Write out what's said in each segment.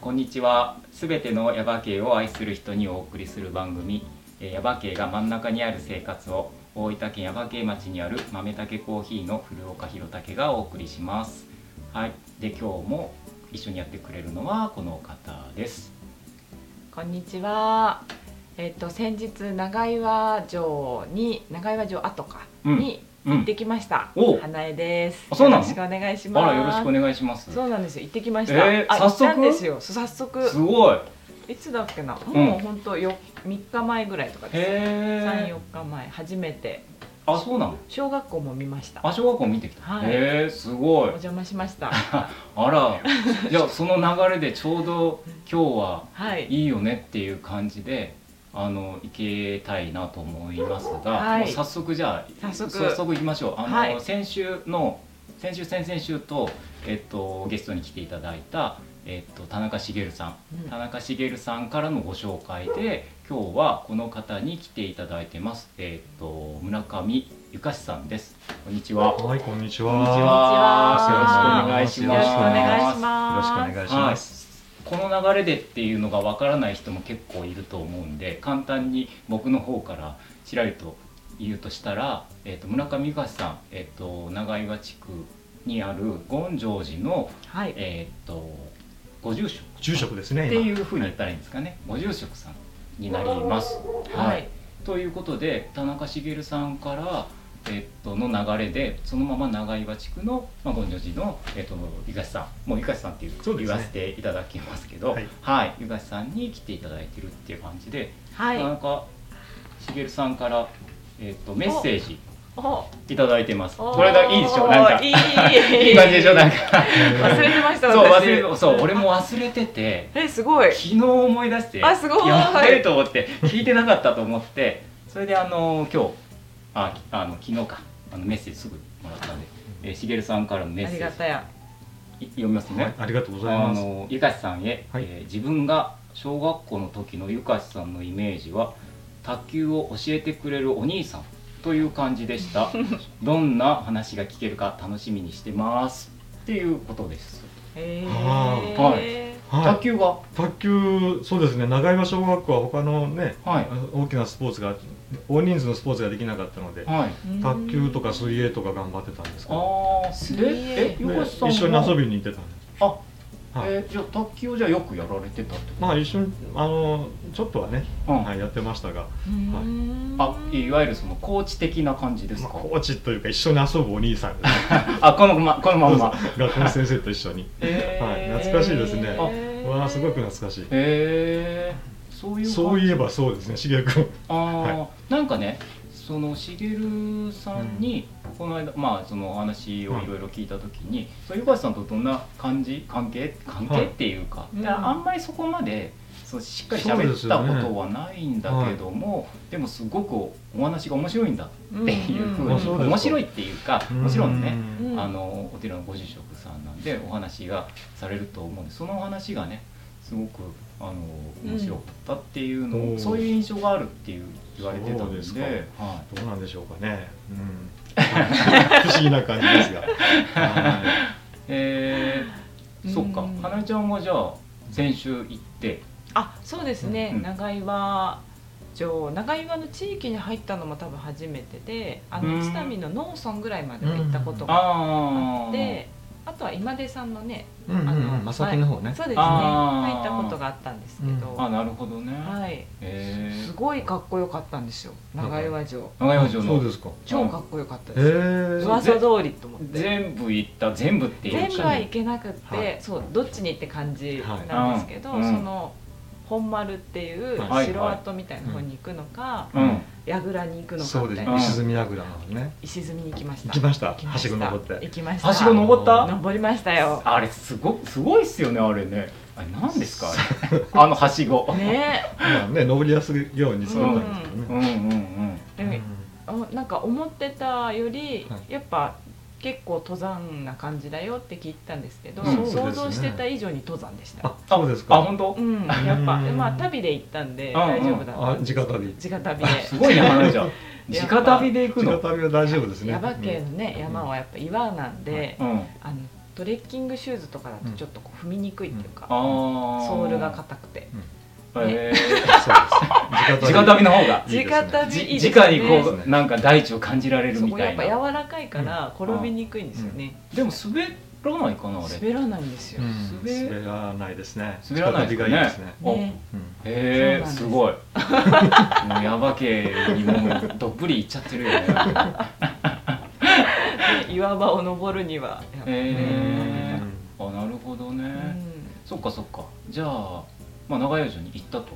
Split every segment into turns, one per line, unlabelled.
こんにちは。すべてのヤバ系を愛する人にお送りする番組、えーヤバ系が真ん中にある生活を大分県ヤバ系町にある豆竹コーヒーの古岡弘武がお送りします。はい。で今日も一緒にやってくれるのはこの方です。
こんにちは。えっ、と先日長岩城に長岩城跡か、
うん
に
う
行っ
ん。
てきました。
おう
花江です。
あそうなの
よろしくお願いします。
あらよろしくお願いします。
そうなんですよ。行ってきました。
えー
あ
早速
行ったんですよ。そう早速
すごい。へ
いつだっけな。
ん
もう本当よ三日前ぐらいとかです。三
え
四。日前初めて
あそうなの。
小学校も見ました。
あ小学校見てきた。
はい
へえすご
お
い。
邪魔し ました。
あ ら。じゃあその流れでちょうど今日は。
はい。
いいよねっていう感じであの行けたいなと思いますが、
はい
もう早速じゃあ
早速
行きましょうあの、
はい
先週の先週先々週と、えっと、ゲストに来ていただいた、えっと、田中茂さん
うん
田中茂さんからのご紹介で今日はこの方に来ていただいてます、えっと、村上ゆかしさんですこんにちは
はい、こんにちは。
こんにち
は
はよろしくお
よろ
願い
し
し
くお
ます
願いします。
よろしくお願いします。
この流れでっていうのがわからない人も結構いると思うんで簡単に僕の方からしらりと言うとしたら、えー、と村上隆さん、えー、と長岩地区にある権城寺の、
はい。
えー、とご住職
住職です
っ
ね。
て
今
いうふうに言ったらいいんですかねご住職さんになります。
はい。
ということで田中茂さんから、えっと、の流れでそのまま長岩地区の、まあ、権女寺の、えっと、湯菓子さんもう湯菓子さんっていう
そうですね
言わせていただきますけど、
はい
はい、湯菓子さんに来ていただいてるっていう感じで、
はい。
田中茂さんから、えっと、メッセージ
お
いただいてます。
おー
これがいいでしょなんか
いい
いい感じでしょ なんか
忘れてました
そう
私
忘れそう俺も忘れてて。
えすごい
昨日思い出して
あすごい
やばいと思って聞いてなかったと思ってそれであの今日あきあの昨日かあのメッセージすぐもらったんで、えー、しげるさんからのメ
あ
ッセ
りが
ー
たや
ジい読みますね、
はい、ありがとうござい
あ
ます。
のゆかしさんへ、
はい
えー自分が小学校の時のゆかしさんのイメージは卓球を教えてくれるお兄さんという感じでした どんな話が聞けるか楽しみにしてますっていうことです、
え
あ
ー、
ーはい
は
卓球が
い、卓球、そうですね。長岩小学校は他のね、
はい
大きなスポーツが大人数のスポーツができなかったので、
はい
卓球とか
いう
水泳とか頑張ってたんですけど、
ああ、
水泳
で、え、
で
よこしさん
一緒に遊
び。
びに行ってたんです。
あ、
はい
えーじゃあ卓球をじゃあよくやられてたってこ
まあ一緒にあのちょっとはね、
と。うん
はいやってましたが、は
あ、いわゆるそのコーチ的な感じです
まあ
か。
コーチというか一緒に遊ぶお兄さんですね。
あ、このまこのまんま。
学校の先生と一緒に。
えー
はい懐かしいですね
あ
わあすごく懐かしい。
えー、そういう感じ。
そういえばそうですね、しげくん。
あー、
は
なんかねそのしげるさんにこの間、まあそのお話をいろいろ聞いた時に、そう湯川さんとどんな感じ関係関
は
係
い
っていうか、
うん
あんまりそこまでそうしっかり
そう
喋
で
っ
す
た
よね
ことはないんだけどもで,、もすごくお話が面白いんだっていうふう
う
に、
んうんあそう
ですか
面白いっていうかもちろんね、
う
うん
あのお寺のご住職さんなんでお話がされると思うんでそのお話がねすごくあの
うん
面白かったっていうのを、
おー
そういう印象があるっていう言われてたん
そう
で
ですか
は
どうなんでしょうかね。うん、不思議な感じで すが。はい
い、えー
うん
そっか花江ちゃんはじゃあ先週行って
あそうですね、
うん
長岩城長岩の地域に入ったのも多分初めてであ
うん
の津波の農村ぐらいまでは行ったことが
あ
あ
ー
ってあとは今出さんのね
うんうん
あの
うん、まさきの方ね。
そうですね
あー
入ったことがあったんですけど、
あなるほどね、
はい
え
すごいかっこよかったんですよ長岩城
長山城
そう
の
ですか。
超かっこよかった
へえ
です、
ー
噂通りと思って
全部行った全部っていう
全
か
部はいけなくって、
はい
そうどっちにって感じなんですけど、
はいうん
その本丸っていう
はい
城跡みたいな方に行くのか、
うん
櫓に行くのか
そう
みた
で
い
すね。
な
石積み櫓のね。
石積みに行きました
行きました。
行きま
はしご登って。
行きました
はしご登った
登りましたよ
あれすごすごいっすよねあれねあれ何ですかあれあのはしご、
ね
まあね、登りやすいように作ったんですけど
う
ね。
んうんうん
でも、おなんか思ってたより、
は
やっぱ結構登山な感じだよって聞いたんですけど、
そう
ですね
想像してた以上に登山でした
あ、そうです
あ
か。
本当
うんやっぱ
うん
まあ旅で行ったんで
ん
大丈夫だった
あ、
んで
直
す
旅。
直旅で
すごいね花江ちゃん
やっ
直
ぱ
旅で行く
直
の
旅は大丈夫ですね。
耶馬渓のね、
うん
山はやっぱ岩なんで、
うん
あのトレッキングシューズとかだとちょっとこう踏みにくいっていうか、
ああ
ソールが硬くて
え
そうで
ー
す。
直旅の方が
いいですね
直旅いいで
じ
すね
直にこうなんか大地を感じられる
そ
み
こ
た
や
い
っぱ
な
柔らかいから転びにくいんですよね、
でも滑らないかなあれ
滑らないんですよ、
うん滑らないですね。
滑らないですか
直旅がいい
ね
ですね。
お
ね
うん
へえ
そうなんで
す
す
ごいもうヤバ系にもうどっぷりいっちゃってるよね
で岩場を登るにはやっぱね、
へーあなるほどね、
うん
そ
行
っかそっかじゃあまあ長屋城に行ったと
っ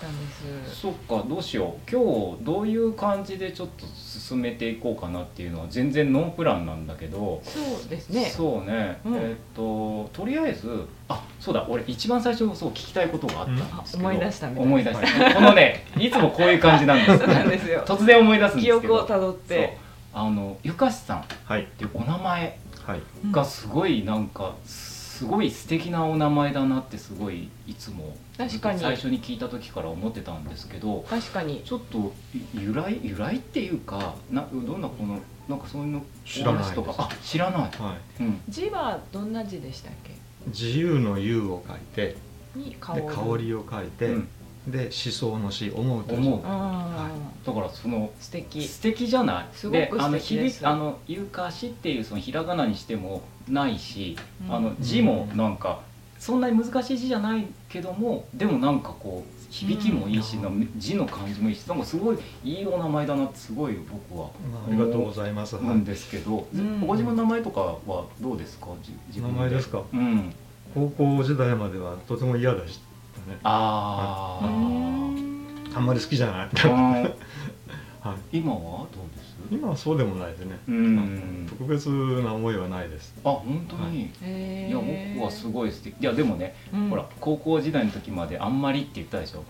たんです
そっかどうしよう今日どういう感じでちょっと進めていこうかなっていうのは全然ノープランなんだけど、
そうですね
そうね、
うん
えーっととりあえずあそうだ俺一番最初そう聞きたいことがあったんですけど、
うんあ思い出したみたい
思い出した、このねいつもこういう感じなんです
そうなんです よ
突然思い出すんですけ
記
ど
憶をたどっ
そう
て
あのゆかしさんっ
はい
ていうお名前
はい。
うん
がすごいなんかすごい素敵なお名前だなってすごいいつも
確かに
最初に聞いた時から思ってたんですけど
確かに
ちょっとゆ由来由来っていうかなどんなこのなんかそういうの
知らないです
とかあ知らない、
はい。
うん、
字はどんな字でしたっけ
自由の由を書いて、
に香
で
る
香りを書いて、
う
で
ん
思想の詩思うと
思う
あー、
だからその
素敵
素敵じゃない
すごく素敵
あの
です
響きあの「ゆかし」っていうそのひらがなにしてもないし、
うん
あの字もなんかそんなに難しい字じゃないけどもでもなんかこう響きもいいし、
うん
な字の感じもいいしなんかすごいいいお名前だなってすごい僕は
まあありがとうございます。
思うんですけど、
うん
ご自分の名前とかはどうですかじ自
名
分
前ですか。
うん
高校時代まではとても嫌でしたね。
あ
う
あ、
ん
あんまり好きじゃな
う
い。
ん
はい。
今はどうです
今はそうでもないですね。
うん
特別な思いはないです。
あ本当に、
へー
いや僕はすごい素敵いやでもね、
うん
ほら高校時代の時まであんまりって言ったでしょ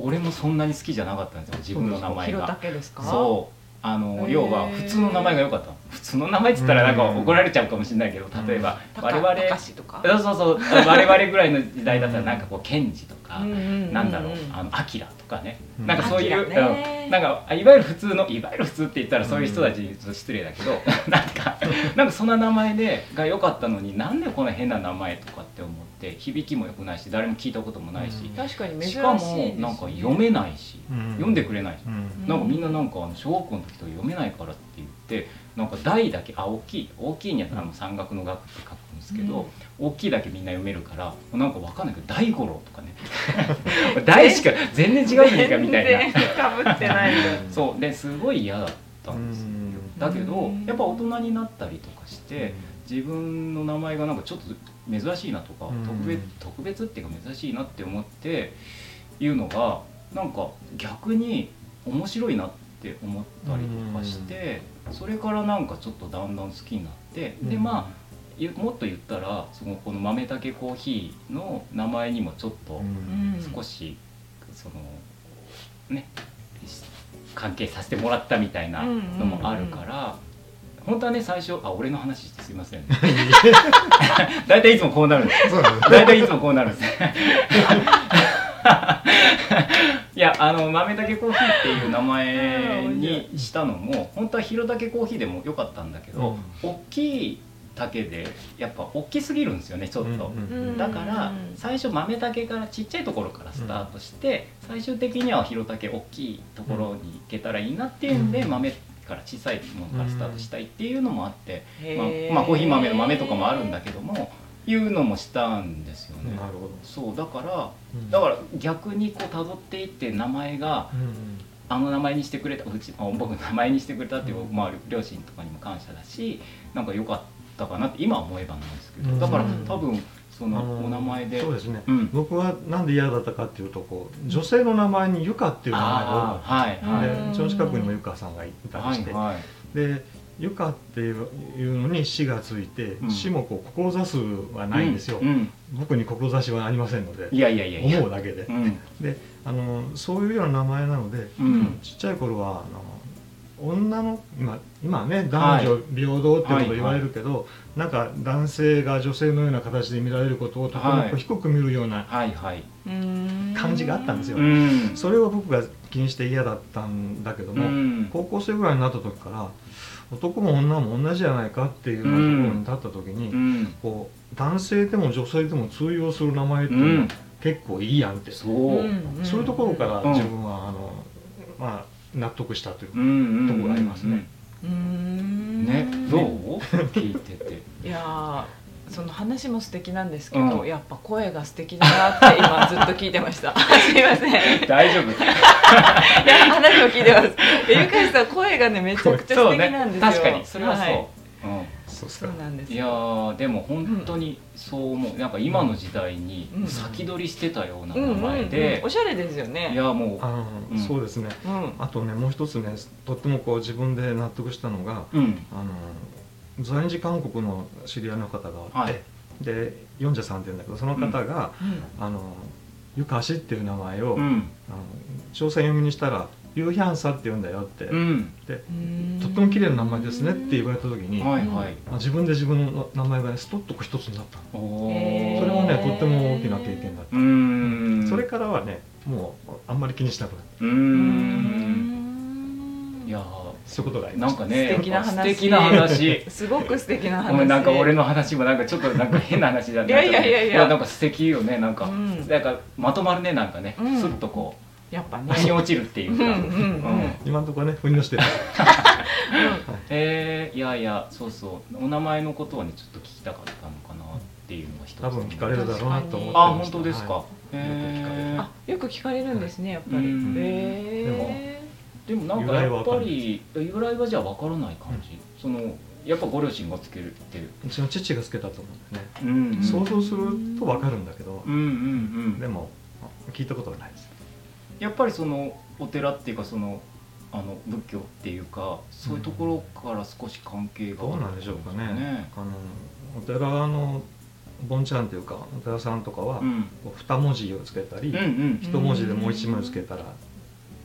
俺もそんなに好きじゃなかったんですよ自分の名前
ヒロタ
が
ケですか
そうあの
へー
要は普通の名前が良かったの普通の名前って言ったらなんか
うん
怒られちゃうかもしれないけど例えば
たか
我々
たかしとか
そうそうそう我々ぐらいの時代だったらなんかこう賢治とか、なんだろうあのアキラとかね、
うん
なんかそういう、
アキラね
うんなんかいわゆる普通のいわゆる普通って言ったらそういう人たちにちょっと失礼だけど、 なんかなんかそんな名前でが良かったのになんでこんな変な名前とかって思って響きも良くないし誰も聞いたこともないし、
確かに珍しい
し
です
かもなんか読めないし、
うん
読んでくれないし、
うん。
なんかみんななんかあの小学校の時とか読めないからって言ってなんか大だけあ大きい大きいにはあの山岳の学って書くんですけど、大きいだけみんな読めるからなんかわかんないけど大五郎とかね 大しか全然違うじゃないかみたいな
かぶってないんだ
うん
そうですごい嫌だったんですよ
うん
だけど
うん
やっぱ大人になったりとかして自分の名前がなんかちょっと珍しいなとか
うん
特別特別っていうか珍しいなって思っていうのがなんか逆に面白いなって思ったりとかしてそれからなんかちょっとだんだん好きになってでまあゆもっと言ったらそのこの豆たけコーヒーの名前にもちょっ
あ
と
うん
少しそのねし関係させてもらったみたいなのもあるから本当はね最初あ俺の話してすいま せんね大体いつもこうなるんです
そうなんですね
大体いつもこうなるんですいやあの豆たけコーヒーっていう名前にしたのも本当は広竹コーヒーでもよかったんだけど、大きい竹でやっぱ大きすぎるんですよねちょっと。
うん
だから
うん
最初豆竹からちっちゃいところからスタートして最終的には広竹大きいところに行けたらいいなっていうんで
うん
豆から小さいものからスタートしたいっていうのもあってまあ
へ
まあコーヒー豆の豆とかもあるんだけどもいうのもしたんですよね
なるほど
そうだからだから逆にこう辿っていって名前が
うん
あの名前にしてくれたうちあ僕の名前にしてくれたっていう
うん
まあ両親とかにも感謝だしなんか良かったかなって今思えばなんですけ
う
ど
ん
だから多分そ
あ
の
の
お名前で
そうですね
うん
僕はなんで嫌だったかっていうとこう女性の名前にゆかっていう
ああ
名
はい
ー
は
前
い
を
うん
で調子角にもゆかさんがいたりして
はいはい
でゆかっていうのに「し」がついて
う
「
ん
し」もこう志すはないんですよ
ううん
僕に志はありませんので
いやいやいやいや
思うだけで
うん
であのそういうような名前なので
うん
ちっちゃい頃はあの女の今今ね男女平等ってこと言われるけど、なんか男性が女性のような形で見られることをとてもこう低く見るような
はいはい。
感じがあったんですよ
うん。
それを僕が気にして嫌だったんだけど
う
も、
ん。
高校生ぐらいになった時から男も女も同じじゃないかっていうようなところに立った時に、
うん。
こう男性でも女性でも通用する名前っ
う
ていうの
ん
は。結構いいやんって、
そう。
うん
うん
ん
そういうところから
うん
自分はあの、まあ、納得したという
う
か、
ん。
とこがありますね。
うーん
ね、どう？ 聞いてて。
いやーその話も素敵なんですけど、
うん
やっぱ声が素敵だなって今ずっと聞いてました すいませんい
大 丈夫。
や話を聞いてますえゆかしさん声がねめちゃくちゃ素敵 なんですよ、
確かにそれはそう、
い
うん
そうっす
そ
か
うなんです
いやーでも本当にそう思うなんか今の時代に先取りしてたような
うん
名
うんう
前
ん
で、
おしゃれですよね
いやも
あの、
うん
そうですね
うん
あとねもう一つねとってもこう自分で納得したのが
ううん
あの在日韓国の知り合いの方がおって、
はい
でヨンジャさんっていうんだけどその方が、
うん
あのゆかしっていう名前を、
う
あの
ん
朝鮮読みにしたら「ユーヒャンサ」って言うんだよって、
うん
とっても綺麗な名前ですねって言われた時に、
はいはい
あ自分で自分の名前がねストッとこう一つになったの
お
へ
お
ー
それもねとっても大きな経験だった、
うーん
それからはねもうあんまり気にしなくなった
うー
うんん
いや
そういうことがあり
ーな
ま
ん
した
かね
素敵な話
素敵な 話
すごく素敵な
ごめ
話
んなんか俺の話もなんかちょっとなんか変な話だ
いやいやいやいや
なんか素敵よねなんか、
うん
なんかまとまるねなんかね、
うん
スッとこ
やっぱ
う
ね
腑に落ちるっていううん
う
か、
んうん
今のところはねふんのしてる
えー、いやいやそうそうお名前のことはねちょっと聞きたかったのかなっていうのが一つ
多分聞かれるだろうなと思ってました
あ本当ですか、
は
えー
あよく聞かれるんですねやっぱり
うん
へ
でもなんかやっぱり由来はじゃあ分からない感じ、そのやっぱご両親がつけるっていう、
いうちの父がつけたと思うんだよね、
うんうん、
そ
想像するとわかるんだけど
う、んうんう
で
ん
も聞いたことはないです
やっぱりそのお寺っていうかそのあの仏教っていうかそういうところから少し関係があ
ど
る
うなんでしょうかねあのお寺のボンちゃんっていうかお寺さんとかは、
うん
こう二文字をつけたり、
うんうん
一文字でもう一文字つけたら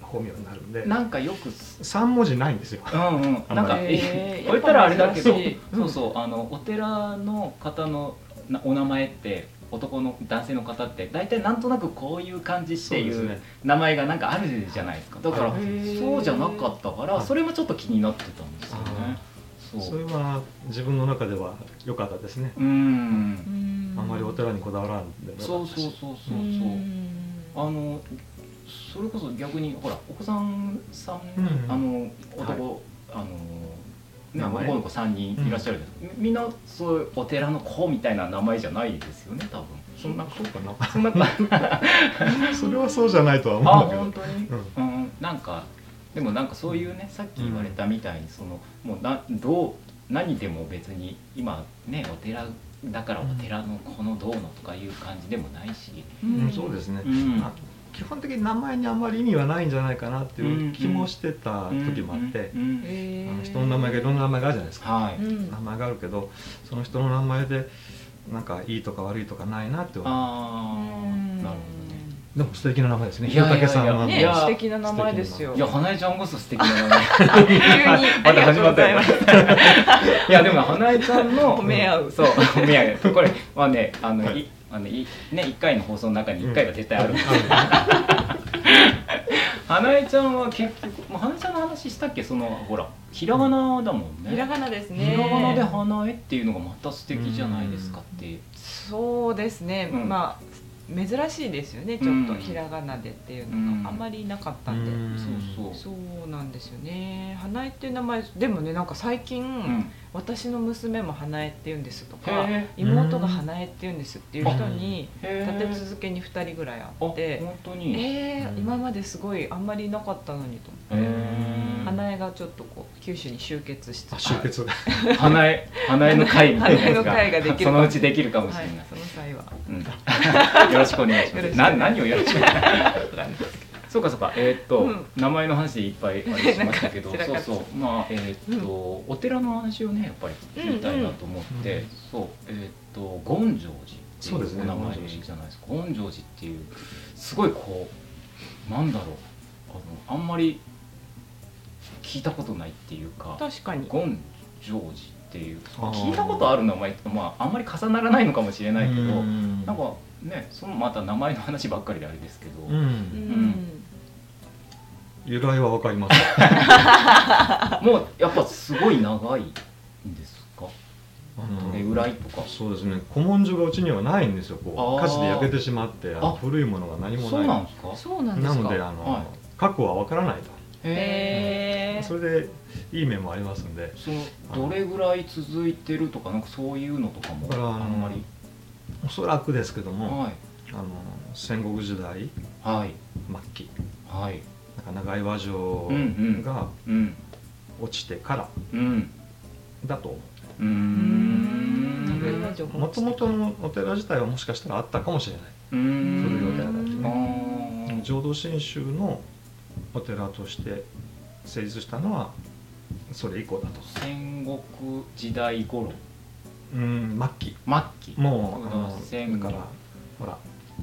本名になるんで
なんかよく
三文字ないんですよ
うんうん、なんか、
へー
こう言ったらあれだけど、
やっぱ珍しい
そうそうあのお寺の方のなお名前って男の男性の方って大体なんとなくこういう感じってい
そう
う
ですね
名前がなんかあるじゃないですかだから
あ
へー
そうじゃなかったから
はい
それもちょっと気になってたんですよねそう
それは自分の中では良かったですね、
うー
ー
ん
うん
あんまりお寺にこだわらんでもよ
そ
か
う
った
そうそう
し
そう
う
そうんあのそれこそ逆にほらお子さんさん、
うんうん
あの男、あのね、
名前
男の子3人いらっしゃるじゃないですか、みんなそういうお寺の子みたいな名前じゃないですよね多分そんな
そうかな
そん な
それはそうじゃないとは
あ
思う
本
んだ
当に
けど、うん
うん、なんかでもなんかそういうねさっき言われたみたいにそのもうなどう何でも別に今ねお寺だからお寺のこのどうのとかいう感じでもないし、
うん
ん
そうですね、
うん
あ基本的に名前にあんまり意味はないんじゃないかなっていう気もしてた時もあって、
うんうんうん
へー
あの人の名前がいろんな名前があるじゃないですか、
はい、
うん
名前があるけどその人の名前でなんかいいとか悪いとかないなって思う
ああ
うん
なる
でも素敵な名前ですね
いやいやいや
ひろたけさんはもう
ね
ね素敵な名前です
ほ
よ
どいや花江ちゃんこそ素敵だな
急に あ
ま
り
た
が
始
とう
まっ
ご
た
ざい
よ
ます
いやでも花江ちゃんの
褒め合う
そう褒め合うこれはねあの、、
はいい
あのいね一回の放送の中に一回は絶対ある、花江ちゃんは結局もう花江ちゃんの話したっけそのほらひらがなだもんね
ひらがなですね
ひらがなで花江っていうのがまた素敵じゃないですかって
そうですね、
うん
まあ珍しいですよねちょっと
うん
ひらがなでっていう
うん
のがあんまりなかったんで、
うん
そうそう
そうなんですよね花江っていう名前でもねなんか最近、
うん
私の娘も花江って言うんですとか
へえ
妹が花江って言うんですっていう人に
へ
立
ー
て続けに2人ぐらいあ
あ
って
本当にへ
え
う
ー、
ん
今まですごいあんまりなかったのにと思って
え
花江がちょっとこう九州に集結して
あ集結
花江花江の会みたいなやつが
花江の会ができる
そのうちできるかもしれな
は
いい、
その際は
うん、 よろしくお願いしま
よろ
す
しくお願いします
な何をよろしくお願いします そうかそうかえーっと、
うん
名前の話でいっぱいあれしましたけど
なんか散
そう
らかっちゃ
そ
っ
うまあえーっと、お寺の話をねやっぱり聞きたいなと思って、
うんうん
そうえーっと権成寺ってい
そうです
う
ね
お名前
権成寺
じゃないですか権成寺っていうすごいこうなんだろうあのあんまり聞いたことないっていうか
確かに
ゴン・ジョージっていう
あー
聞いたことある名前って、まあ、あんまり重ならないのかもしれないけど
う
なん
ん
かねそのまた名前の話ばっかりであれですけど、
うん
うん
由来はわかります
もうやっぱすごい長いんですか
あの
由来とか
そうですね古文書がうちにはないんですよこう
あー
火事で焼けてしまってあの
あ
古いものが何も
そうな
なん
ですか
そうなん
い
です
な
か
のであの、
はい
過去はわからないと
へえ
それでいい面もありますんで
そのどれぐらい続いてるとかなんかそういうのとかも
だから
あんまり
おそらくですけども、
はい
あの戦国時代
はい
末期
はい
なんか長岩城
うんうん
が
うん
落ちてから
うん
だと
うーん
長岩城が
もともとのお寺自体はもしかしたらあったかもしれないう
ー
うん
古いお
ん
寺だと
あ
ね
ー
浄土真宗のお寺として成立したのはそれ以降だと
戦国時代頃
うん末期
末期
もうあ
そうだ
の
戦
だ
後
からほら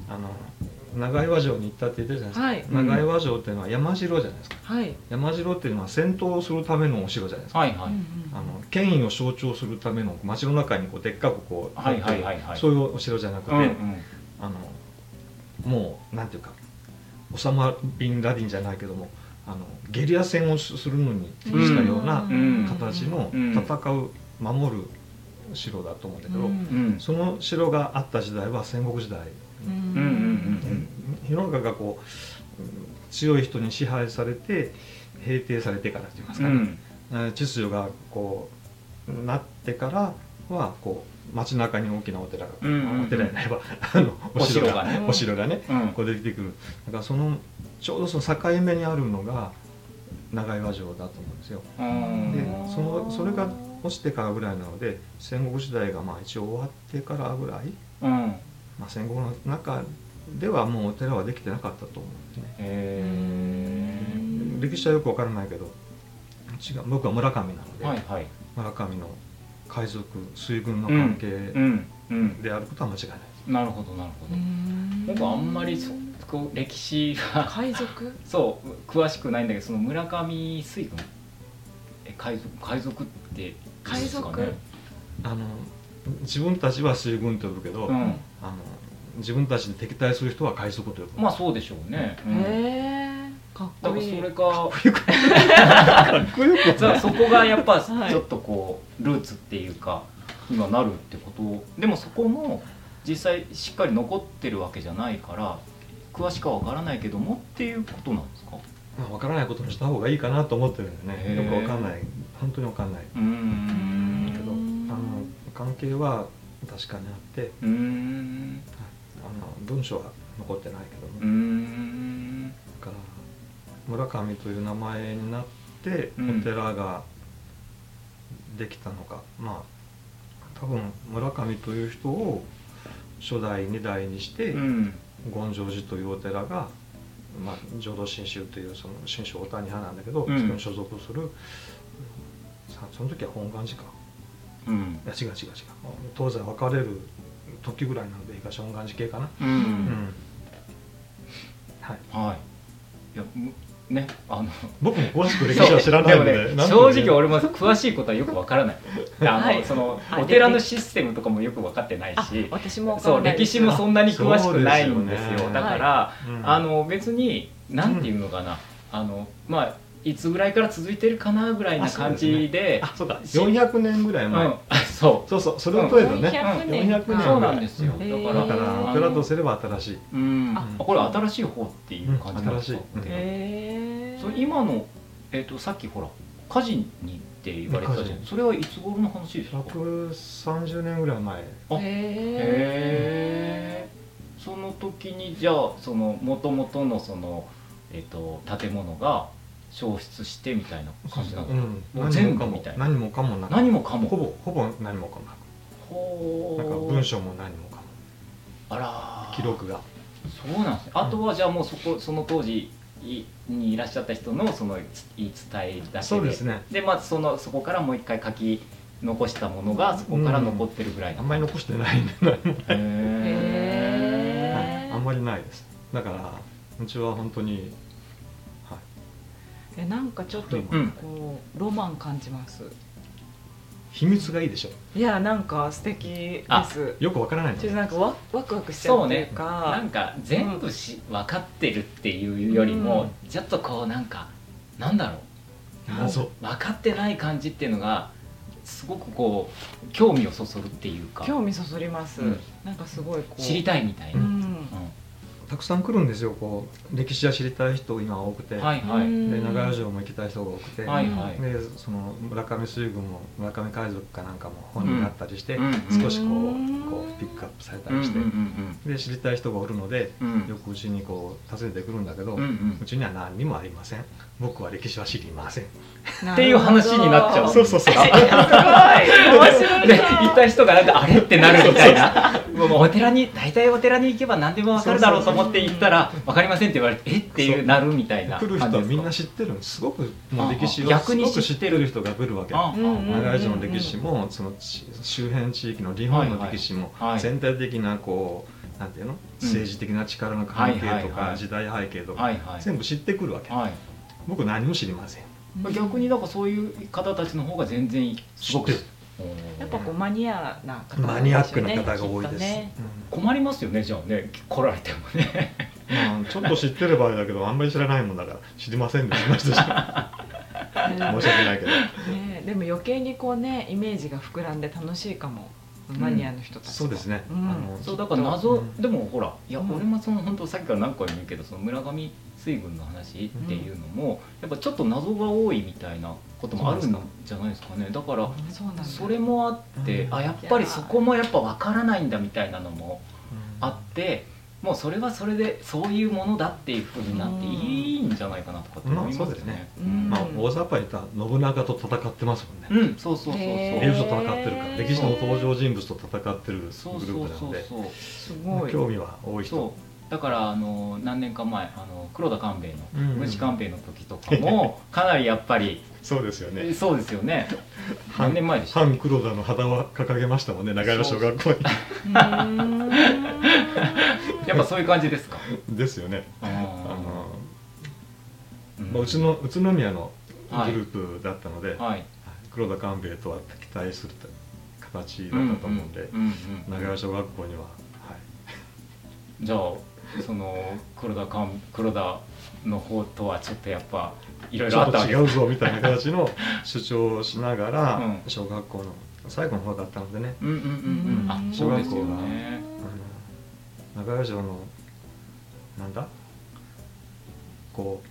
あの長岩城に行ったって言ってるじゃないですか、
はい
うん
長岩城っていうのは山城じゃないですか
はい
山城っていうのは戦闘をするためのお城じゃないですか、
はいはい
あの権威を象徴するための町の中にこうでっかくこう、
はいはいはいはい
そういうお城じゃなくて、
うんうん
あのもうなんていうかオサマ・ビン・ラディンじゃないけどもあのゲリラ戦をするのに適したような形の
うん
戦う守る城だと思うんだけど、
うん
その城があった時代は戦国時代、
うんうんうん
世の中がこううん強い人に支配されて平定されてからといいます
う
かね、
ん
えー秩序がこうなってからはこう街中に大きなお寺が、
うんうんうん
お寺になればあのお城が
お城がね
お城がね
うん
こう出てくるだからそのちょうどその境目にあるのが長岩城だと思うんですよ
う
で
ん
そのそれが落ちてからぐらいなので戦国時代がまあ一応終わってからぐらい、
うん
まあ、戦国の中ではもうお寺はできてなかったと思うんですね
へ
うん
歴史はよくわからないけど違う僕は村上なの
ー
で、
はいはい
村上の海賊水軍の関係
うんうん
であることは間違いない、
なるほどなるほど僕あんまりそこう歴史が
海賊
そう詳しくないんだけどその村上水軍え海賊海賊って
海賊
いいです
あの自分たちは水軍と呼ぶけど、
か
あ
ね、
の自分たちに敵対する人は海賊と呼ぶ、
うん、まあそうでしょうね、うん
へえかっ
だ
こ
から
いい
それか
かっこよく
じゃあそこがやっぱ
はい
ちょっとこうルーツっていうかにはなるってことでもそこも実際しっかり残ってるわけじゃないから詳しくは分からないけどもっていうことなんですか
まあ、分からないことにした方がいいかなと思ってるんだよ
へ
ね
ー
よく分かんない本当に分かんない
うんうん
けどあ
うん
の関係は確かにあって
うーん
あの文章は残ってないけども、
うーん
だから村上という名前になって
うん
お寺ができたのか、まあ多分村上という人を初代二代にして、
うん
権成寺というお寺が、まあ、浄土真宗というその真宗お谷派なんだけど、
うん
そこに所属するさその時は本願寺か
うん
いや違う違う違う東西分かれる時ぐらいなので東本願寺系かな、
う
うんんはい、
はいいやむねあの
僕も詳しく歴史は知らないので
そうも
な
ね
んとも
正
言えない
直俺も詳しいことはよくわからないあの、
はい
その
あ
お寺のシステムとかもよく分かってない
あ
し
私もわか
そ
ら
う
ないで
歴
す
史もそんなに詳しくない
そうんで
ですす
よ
よ
ね
だから、
うん
あの別に何ていうのかな、あのまあいつぐらいから続いてるかなぐらいな感じで
あそうか
し
400年ぐらいう前、
んあそう
そうそうそれを問えばね、
400年
400年
そうなん ですよ
うん
だから
う
だからお寺とすれば新しい
うん
あ
あこれ新しい方っていう感じなんですか、
うん新し
へ
いうん
え
そう今の、えっとさっきほら火事にって言われてたじゃ
火
んそれはいつ頃の話ですか
130年ぐらい前
あへ
へ
えその時にじゃあその元々のその、えっと建物が消失してみたいな感じなの、
うん、
もう
何
全
も
部
か
み
も
たいな
何もかもなく
何もかも
ほぼほぼ何もかもな
ほ
く
う
なんか文章も何もかも
あらー
記録が
そうなんですねあとはじゃあもうそこその当時いにいらっしゃった人のその言い伝えだけで
そうですね
でまあそのそこからもう一回書き残したものがそこから残ってるぐらい
あ
の、
んまり残してない んで何も
へえ
へ
はいあんまりないですだからうちは本当に、はい、
えなんかちょっとこ
うん
うロマン感じます
秘密がいいでしょ
いやなんか素敵です
よくわからないの
ちょっとなんかワワクワクしちゃ
そうう
っていう
ねな
か
んか全部し、分かってるっていうよりも、ちょっとこうなんかなんだろう
謎
もう分かってない感じっていうのがすごくこう興味をそそるっていうか
興味そそります、
うん
なんかすごいこう
知りたいみたいうな、
ん
たくさん来るんですよこう歴史が知りたい人今多くて、
うんはいは
う
い、
ん
で長屋城も行きたい人が多くて、
はいはい
でその村上水軍も村上海賊かなんかも本になったりして、
うん
少しこう,、
うん
こうピックアップされた
うんうん
りして、
うん
で知りたい人がおるので
うん
よくうちにこう訪ねてくるんだけど、
うんうん
うちには何にもありません僕は歴史は知りません
っていう話になっちゃう
そうそうそう
あ
すごい面白 い
で
な
行った人がなんかあれってなるみたいなもうお寺に大体お寺に行けば何でも分かるだろうと思って行ったら分かりませんって言われてえっていうなるみたいな
来る
感
人
じです
は
か
みんな知ってるんですすごくもう歴史
あ
を
あ逆
す
に
ごく知ってる人が来るわけ
ああ
うん
長井城の歴史もそのち周辺地域の日本の歴史も
はいはい
全体的なこうなんていうの政治的な力の関係と
はいはいは
か
い
時代背景と
は
か
いはい
全部知ってくるわけ
はい
僕何も知りません
うん
逆にだからそういう方たちの方が全然すごく
知って
やっぱこうマニアな方な
マ
んで
ニ
しょうね
アックな方が多い
きっ
で
と
す、
ね
困りますよねじゃあね来られてもね
うんまあ、ちょっと知ってる場合だけどあんまり知らないもんだから知りません でしました申し訳ないけど
ねでも余計にこうねイメージが膨らんで楽しいかもマニアの人たちも、
そうですね、
うん
あの
そうだから謎、
うん
でもほらいや
うん
俺もその本当さっきから何回も言うけどその村上水軍の話っていうのも、やっぱちょっと謎が多いみたいなこともあるんじゃないですかねだから
そうなんだ
それもあって、
うん
あやっぱりそこもやっぱ分からないんだみたいなのもあってもうそれはそれでそういうものだっていうふうになっていいんじゃないかなとかって思いますよね。
うんうん
まあ大雑把に言ったら信長と戦ってますもんね、
うん、そうそうそうそう。
へ
歴史と戦ってるから
へー
歴史の登場人物と戦ってるグル
そう
ー
そう
プな
そ
の
う
ですま
ご
あ
い
興味は多
そう。
い
そ
人
うだからあの何年か前あの黒田官兵衛
う
の
ん
無事官兵衛の時とかも かなりやっぱり
そうですよね
そうですよ ね。
反
何年前でした。
反黒田の旗は掲げましたもんね長屋小学校
うーん
やっぱそういう感じですか。
にですよね あ
あ
の、
ーん
まあ、うちの宇都宮のグループだったので、
はい
黒田官兵衛とは敵対する形だったと思うんで、
うんうんうん
長屋小学校には、は
じゃあその黒田かん黒田の方とはちょっとやっぱいろい
い、
ろあったわけ
ちょっと違うぞみたいな形の主張をしながら、
うん
小学校の最後の方だったのでね、
うんうんうんうんあ
うん
そうですよね
あの長屋城のなんだこ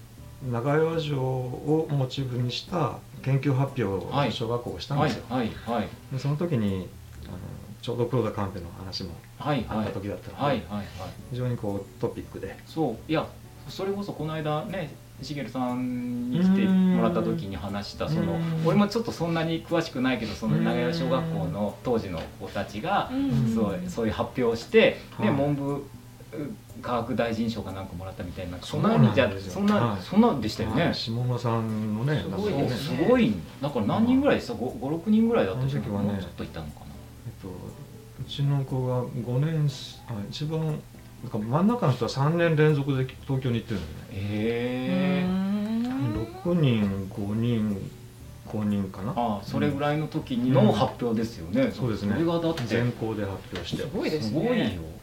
う長屋城をモチーフにした研究発表
はい
を小学校がしたん
は
で
い
すよ、
はいはい
でその時にあのちょうど黒田官兵衛の話も
はい
あ
はい
った時だったので、
はいはいはい
非常にこうトピックで
そういやそれこそこの間ねしげるさんに来てもらった時に話したその
うん
俺もちょっとそんなに詳しくないけどその長屋小学校の当時の子たちが
うん
そうそういう発表をして、
は
で
い
文部科学大臣賞かなんかもらったみたいなそ
そ
ん
う
な
なんん
じゃ
ですよ
そんな、
はい
そんなんでしたよね、
はい下村さんのね
すごい
なんか
ね
ね
すごいだから何人ぐらいでした56人ぐらいだったんですけ
あ
ど
の時はね
もうちょっといたのか
えっと、うちの子が5年しあ一番なんか真ん中の人は3年連続で東京に行ってるんだよ
な
ね
へえ
6人5人5人かな
ああそれぐらいの時にの発表ですよね、
そうですね
それがだって
全校で発表して
すごいです
すごいよ
ね、
うん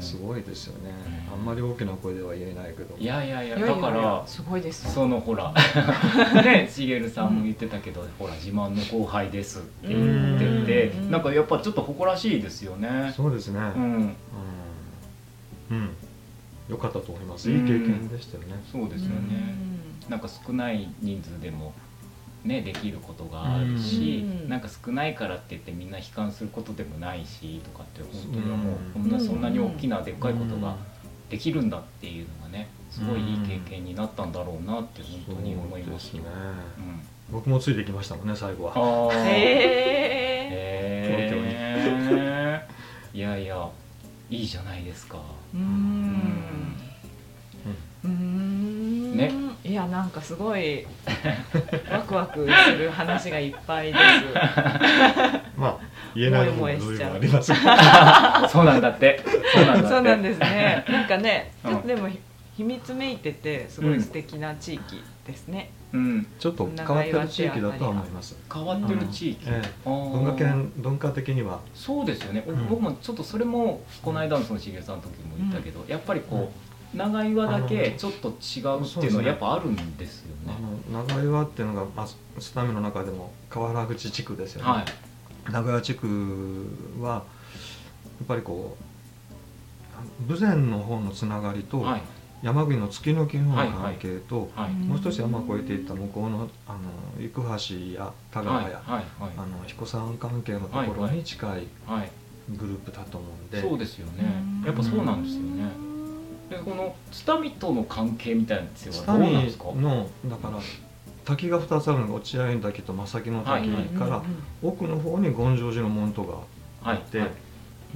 すごいですよね
うん
あんまり大きな声では言えないけど
いやいやいや
いやいや
だ
いや
から
すごいです
そのほらねしげるさんも言ってたけど、ほら自慢の後輩ですって言ってて
うん
なんかやっぱちょっと誇らしいですよね
そうですね
う
うん
ん
うん良かったと思いますいい経験でしたよね
そうですよねなんか少ない人数でもねできることがあるし
うん
なんか少ないからって言ってみんな悲観することでもないしとかって本当にもうこ
うん
んな
うん
そんなに大きなでっかいことができるんだっていうのがねすごいいい経験になったんだろうなって本当に思います
そう
よ
ですね
うん
僕もついてきましたもんね最後は
あー
へえ
へーいやいやいいじゃないですか
う
うん
んうーん
ね
いやなんかす ごいワクワクする話がいっぱいです
まあ言えないことも随分ありますけ ど
そうなんだ ってそう なんだって
そうなんですねなんかね、
うん
でも秘密めいててすごい素敵な地域ですね、
うん、
ちょっと変わってる地域だとは思います。
変わってる地域、
ええ
あー
文化圏文化的には、
そうですよね、お
うん
僕もちょっとそれもこの間のそのしげるさんの時も言ったけど、やっぱりこう長岩だけちょっと違うっていうのはやっぱあるんですよね。
あの長岩っていうのが、まあ、津波の中でも河原口地区ですよね、
はい、
名古屋地区はやっぱりこう豊前の方のつながりと、
はい、
山国の突き抜きの方
はい
の関係と、
はい、
もう一つ山越えていった向こうのあの生橋や田
は
川
い、
や、
はい、
あの彦山関係のところに近い
はい、はい、
グループだと思うんで、
そうですよね。やっぱそうなんですよね。で、この津波との関係みたいな強
津
はどうなんで
波
すか。
のだから滝が2つあるのが落合滝と正木
は
の滝
い
から、奥の方に権城寺の門徒が
はい、
で
はい、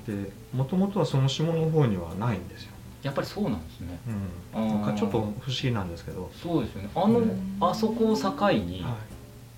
でもともとはその下の方にはないんですよ、
やっぱりそうなんですね。
う
あー
ん、なんかちょっと不思議なんですけど、
そうですよね。あの、
うん
あそこを境に、
は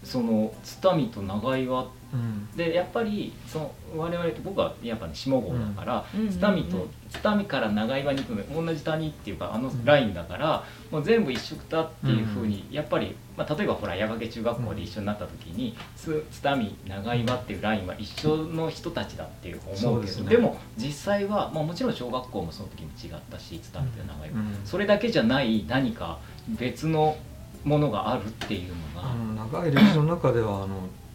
その津波と長岩っ
いうん
でやっぱりその我々僕はやっぱね下郷だから、
うん
津波と津波から長岩に行くので同じ谷っていうかあのラインだから、もう全部一緒だっていうふうに、やっぱり、まあ、例えばほら矢掛中学校で一緒になった時に、つ津波長岩っていうラインは一緒の人たちだっていう思うけ
そうで
ど
す
で,、
ね
も実際は、まあ、もちろん小学校もその時に違ったし津波と長岩、
うん
それだけじゃない何か別のものがあるっていうのが、
あの長い歴史の中ではあの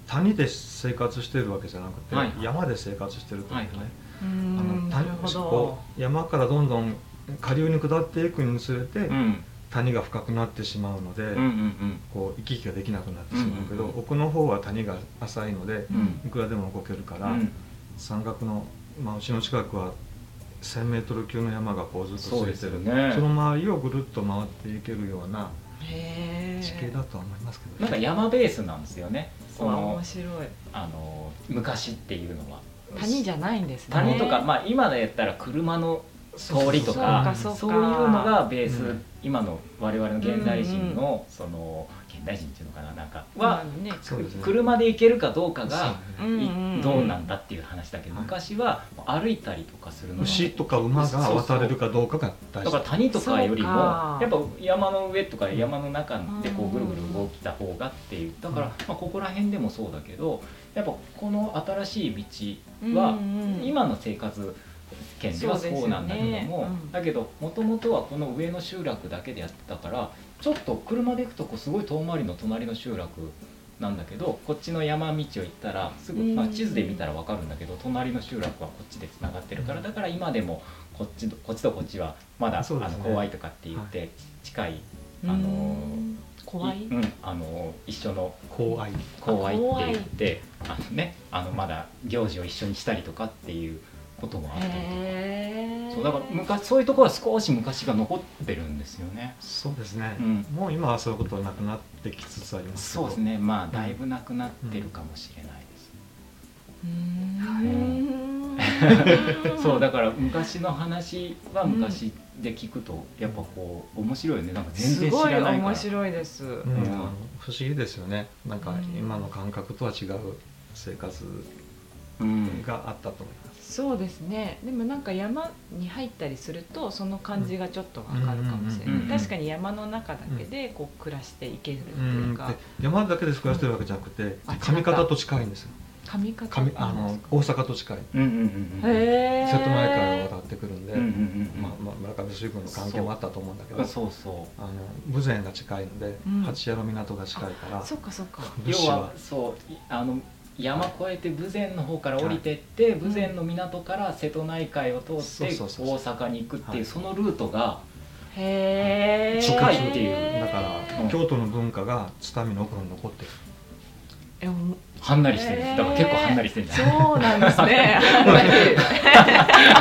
谷で生活してるわけじゃなくて、
はい
山で生活してるという
は
ね、
い
あの
な
谷
るほ
こ
ど。
う山からどんどん下流に下っていくにつれて、
うん
谷が深くなってしまうので、
うんうん
こう行き来ができなくなってしまうけど、
うんうんうん
奥の方は谷が浅いので
うんうん
いくらでも動けるから、
うん
山岳の、まあ、うちの近くは 1,000m 級の山がこうずっと続いて
そ
る
うですよね
その周りをぐるっと回っていけるような
へえ。
地形だとは思いますけど、ね
なんか山ベースなんですよね。そ
わ
の
面白い。
あの昔っていうのは
谷じゃないんですね。
谷とか、まあ今でやったら車の通りとか
そうか
そういうのがベース、
うん
今の我々の現代人の、その現代人っていうのかななんか
まあ
は、
ね。
そうですね
車で行けるかどうかが
そう
うん
ね
い
うんうん
どうなんだっていう話だけど、
はい
昔は歩いたりとかするのが
牛とか馬が渡れるかどうかが大
だ
事
から谷とかよりも
そうか
やっぱ山の上とか山の中でこうぐるぐる動いた方がっていうだから
うん
まあここら辺でもそうだけどやっぱこの新しい
うんうん
道は今の生活圏ではそうなんだけど
そうですよ
も
ねうん
だけどもともとはこの上の集落だけでやってたからちょっと車で行くとこうすごい遠回りの隣の集落なんだけどこっちの山道を行ったらすぐ、まあ、
うん
地図で見たら分かるんだけど隣の集落はこっちでつながってるからだから今でもこっちとこっちとこっちはまだ、
そうで
あ
す
の
ね
怖いとかって言って近い、あの
うん怖い。
うん、あの一緒の
公愛
公愛
公
って
愛
言ってあのねあのまだ行事を一緒にしたりとかっていうこともあったりとか。
へえ。
そうだから昔そういうところは少し昔が残ってるんですよね。
そうですね、
うん
もう今はそういうことはなくなってきつつありますけ
そ
ど
うですね。まあだいぶなくなってるかもしれないです。
うーん。
そうだから昔の話は昔で聞くとやっぱこう面白いよね。なんか全然知らない
すごい
から。
面白いです。
うん
うん
あの不思議ですよねなんか
うん
今の感覚とは違う生活
うん。
があったと思います、
そうですねでもなんか山に入ったりするとその感じがちょっとわかるかもしれ
うんうんうんう
なんい確かに山の中だけでこう暮らしていけるって
うん
いうか
で山だけで暮らしてるわけじゃなくて
あ違った
上方と近いんですよ
髪型
上あの大阪と近い
うんうんうんうん。
へえ
瀬戸内海を渡ってくるんで、
うんうんうんうん。
まあまあ、村上水軍の関係もあったと思うんだけど
そうそ
あの豊前が近いので、
うん
八谷の港が近いから
そっかそっか
う。
物
要
資
は
は
そういあの山越えて豊前の方から降りてって
ん
豊前の港から瀬戸内海を通って大
そうそうそうそう
阪に行くってい
は
う
い
そのルートが
へえ
近いっていう
だから、京都の文化が津波の奥に残ってる
えおも
はんなりしてるんです。だから結構はんなりしてるんじゃない。
そうなんですね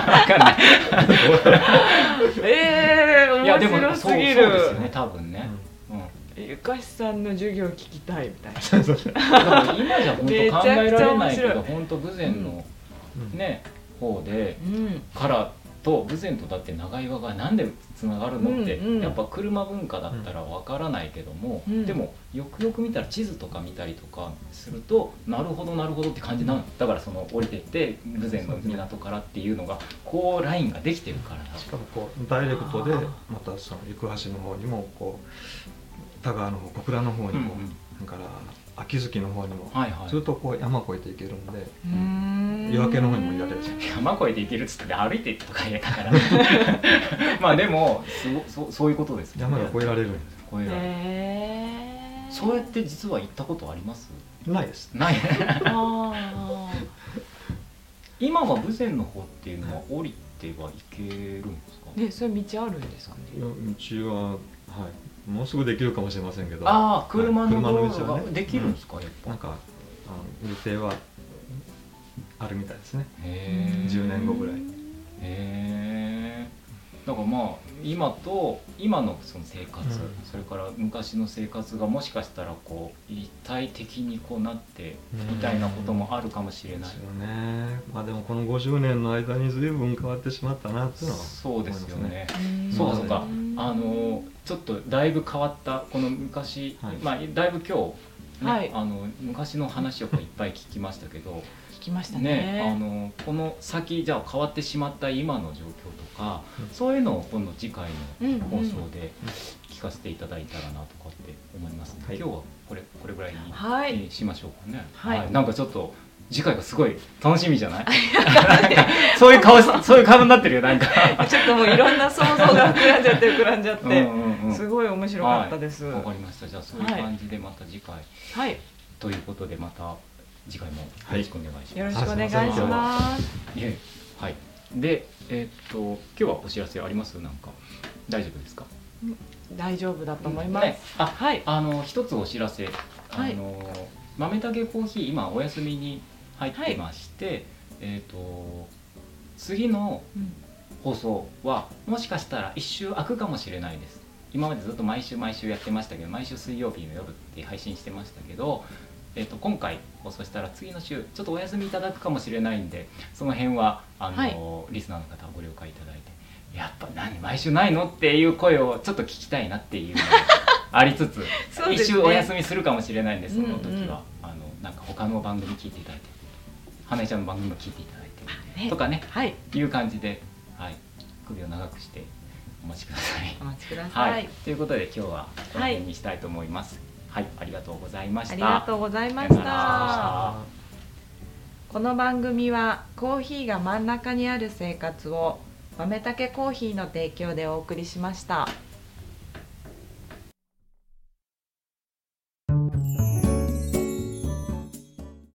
わかんない。
ええ
いや
面
でも
白す
そうそう
ぎ
です
る
よね多分ね、うん
ゆかしさんの授業聞きたいみたいな
だから今じゃ本
めち
当
ゃ
考
くちゃ
えられないけ
面白
ど
い
本当豊前の
うんうん
ね、方で
うん
からと豊前とだって長岩がなんでつながるのって、
うんうん
やっぱ車文化だったらわからないけども、
うん
でもよくよく見たら地図とか見たりとかするとなるほどなるほどって感じなんだからその降りてって豊前の港からっていうのがこうラインができてるからだ
しかもこうダイレクトで
あー
またその行橋の方にもこ田川の方小倉の方にも、
うんうん
だから秋月の方にも、
はいは
ずっとこう山越えていけるんで
うん
夜明けの方にもいられるし
い山越えて行けるっつって歩いてとか言えた からまあでもすごそうそういうことですもん
山が越えられるんで
越えられる
へえ
そうやって実は行ったことあります
すないです
ない
あー
今は豊前の方っていうのは降りてはいけるんですか
ね、そういう道あるんですかね。
いや道は、はい、もうすぐできるかもしれませんけどな
ああ車の
車の道
道
は
路
ね
ができるんですか、やっぱ
んかあの予定はあるみたいですね
へえ
10年後ぐらい
へえだからまあ今と今のその生活、
うん
それから昔の生活がもしかしたらこう一体的にこうなってみたいなこともあるかもしれ
で
ない
す、よねまあでもこの50年の間に随分変わってしまったなっていうのは
そうですよね
ん
そうかそうか
ん
あのちょっとだいぶ変わったこの昔、
はい
まあだいぶ今日、ね
はい
あの昔の話をこういっぱい聞きましたけ ど
聞きました
ね、あ
ね。
のこの先じゃあ変わってしまった今の状況とか、
うん
そういうのを今度次回
うんうん
の放送で聞かせていただいたらなとかって思いますね、
はい
今日はこれこれぐらいに、
はい
えーしましょうかね、
はい
なんかちょっと次回がすごい楽しみじ ゃないなんか そういう顔しそういう顔になってるよなんか、
ちょっともういろんな想像が膨らんじゃって膨らんじゃっ
うん
て、
うんうん、
すごい面白かったです。
わか
は
りましたじゃあそういう感じでまた次回、
い、
ということでまた次回もよろしくお願いします、
よろしくお願いし
あすい
ま。
ます
いえはいでえーっと今日はお知らせありますなんか大丈夫ですか
大丈夫だと思います。
ねあ
はい、
あの一つお知らせあ
はい
の、豆たけコーヒー今お休みに入ってまして、えーっと次の
うん
放送はもしかしたら一周空くかもしれないです今までずっと毎週毎週やってましたけど毎週水曜日の夜って配信してましたけど、えっと今回放送したら次の週ちょっとお休みいただくかもしれないんでその辺はあの、リスナーの方ご了解いただいてやっぱ何毎週ないのっていう声をちょっと聞きたいなって いうのがありつつ、
そうで
一
すね
周お休みするかもしれないんでその
うんう
時
ん
は、あのなんか他の番組聞いていただいて花江ちゃんの番組も聞いていただいて、
ね
とかね
はい、
いう感じで、はい、首を長くしてお待ちください
お。待ちくだ
はい、
さい。
ということで今日はこの辺にしたいと思います。はい、ありがとうございました。
ありがとうございま
あり
し
がとうございました
た。この番組はコーヒーが真ん中にある生活を豆たけコーヒーの提供でお送りしました。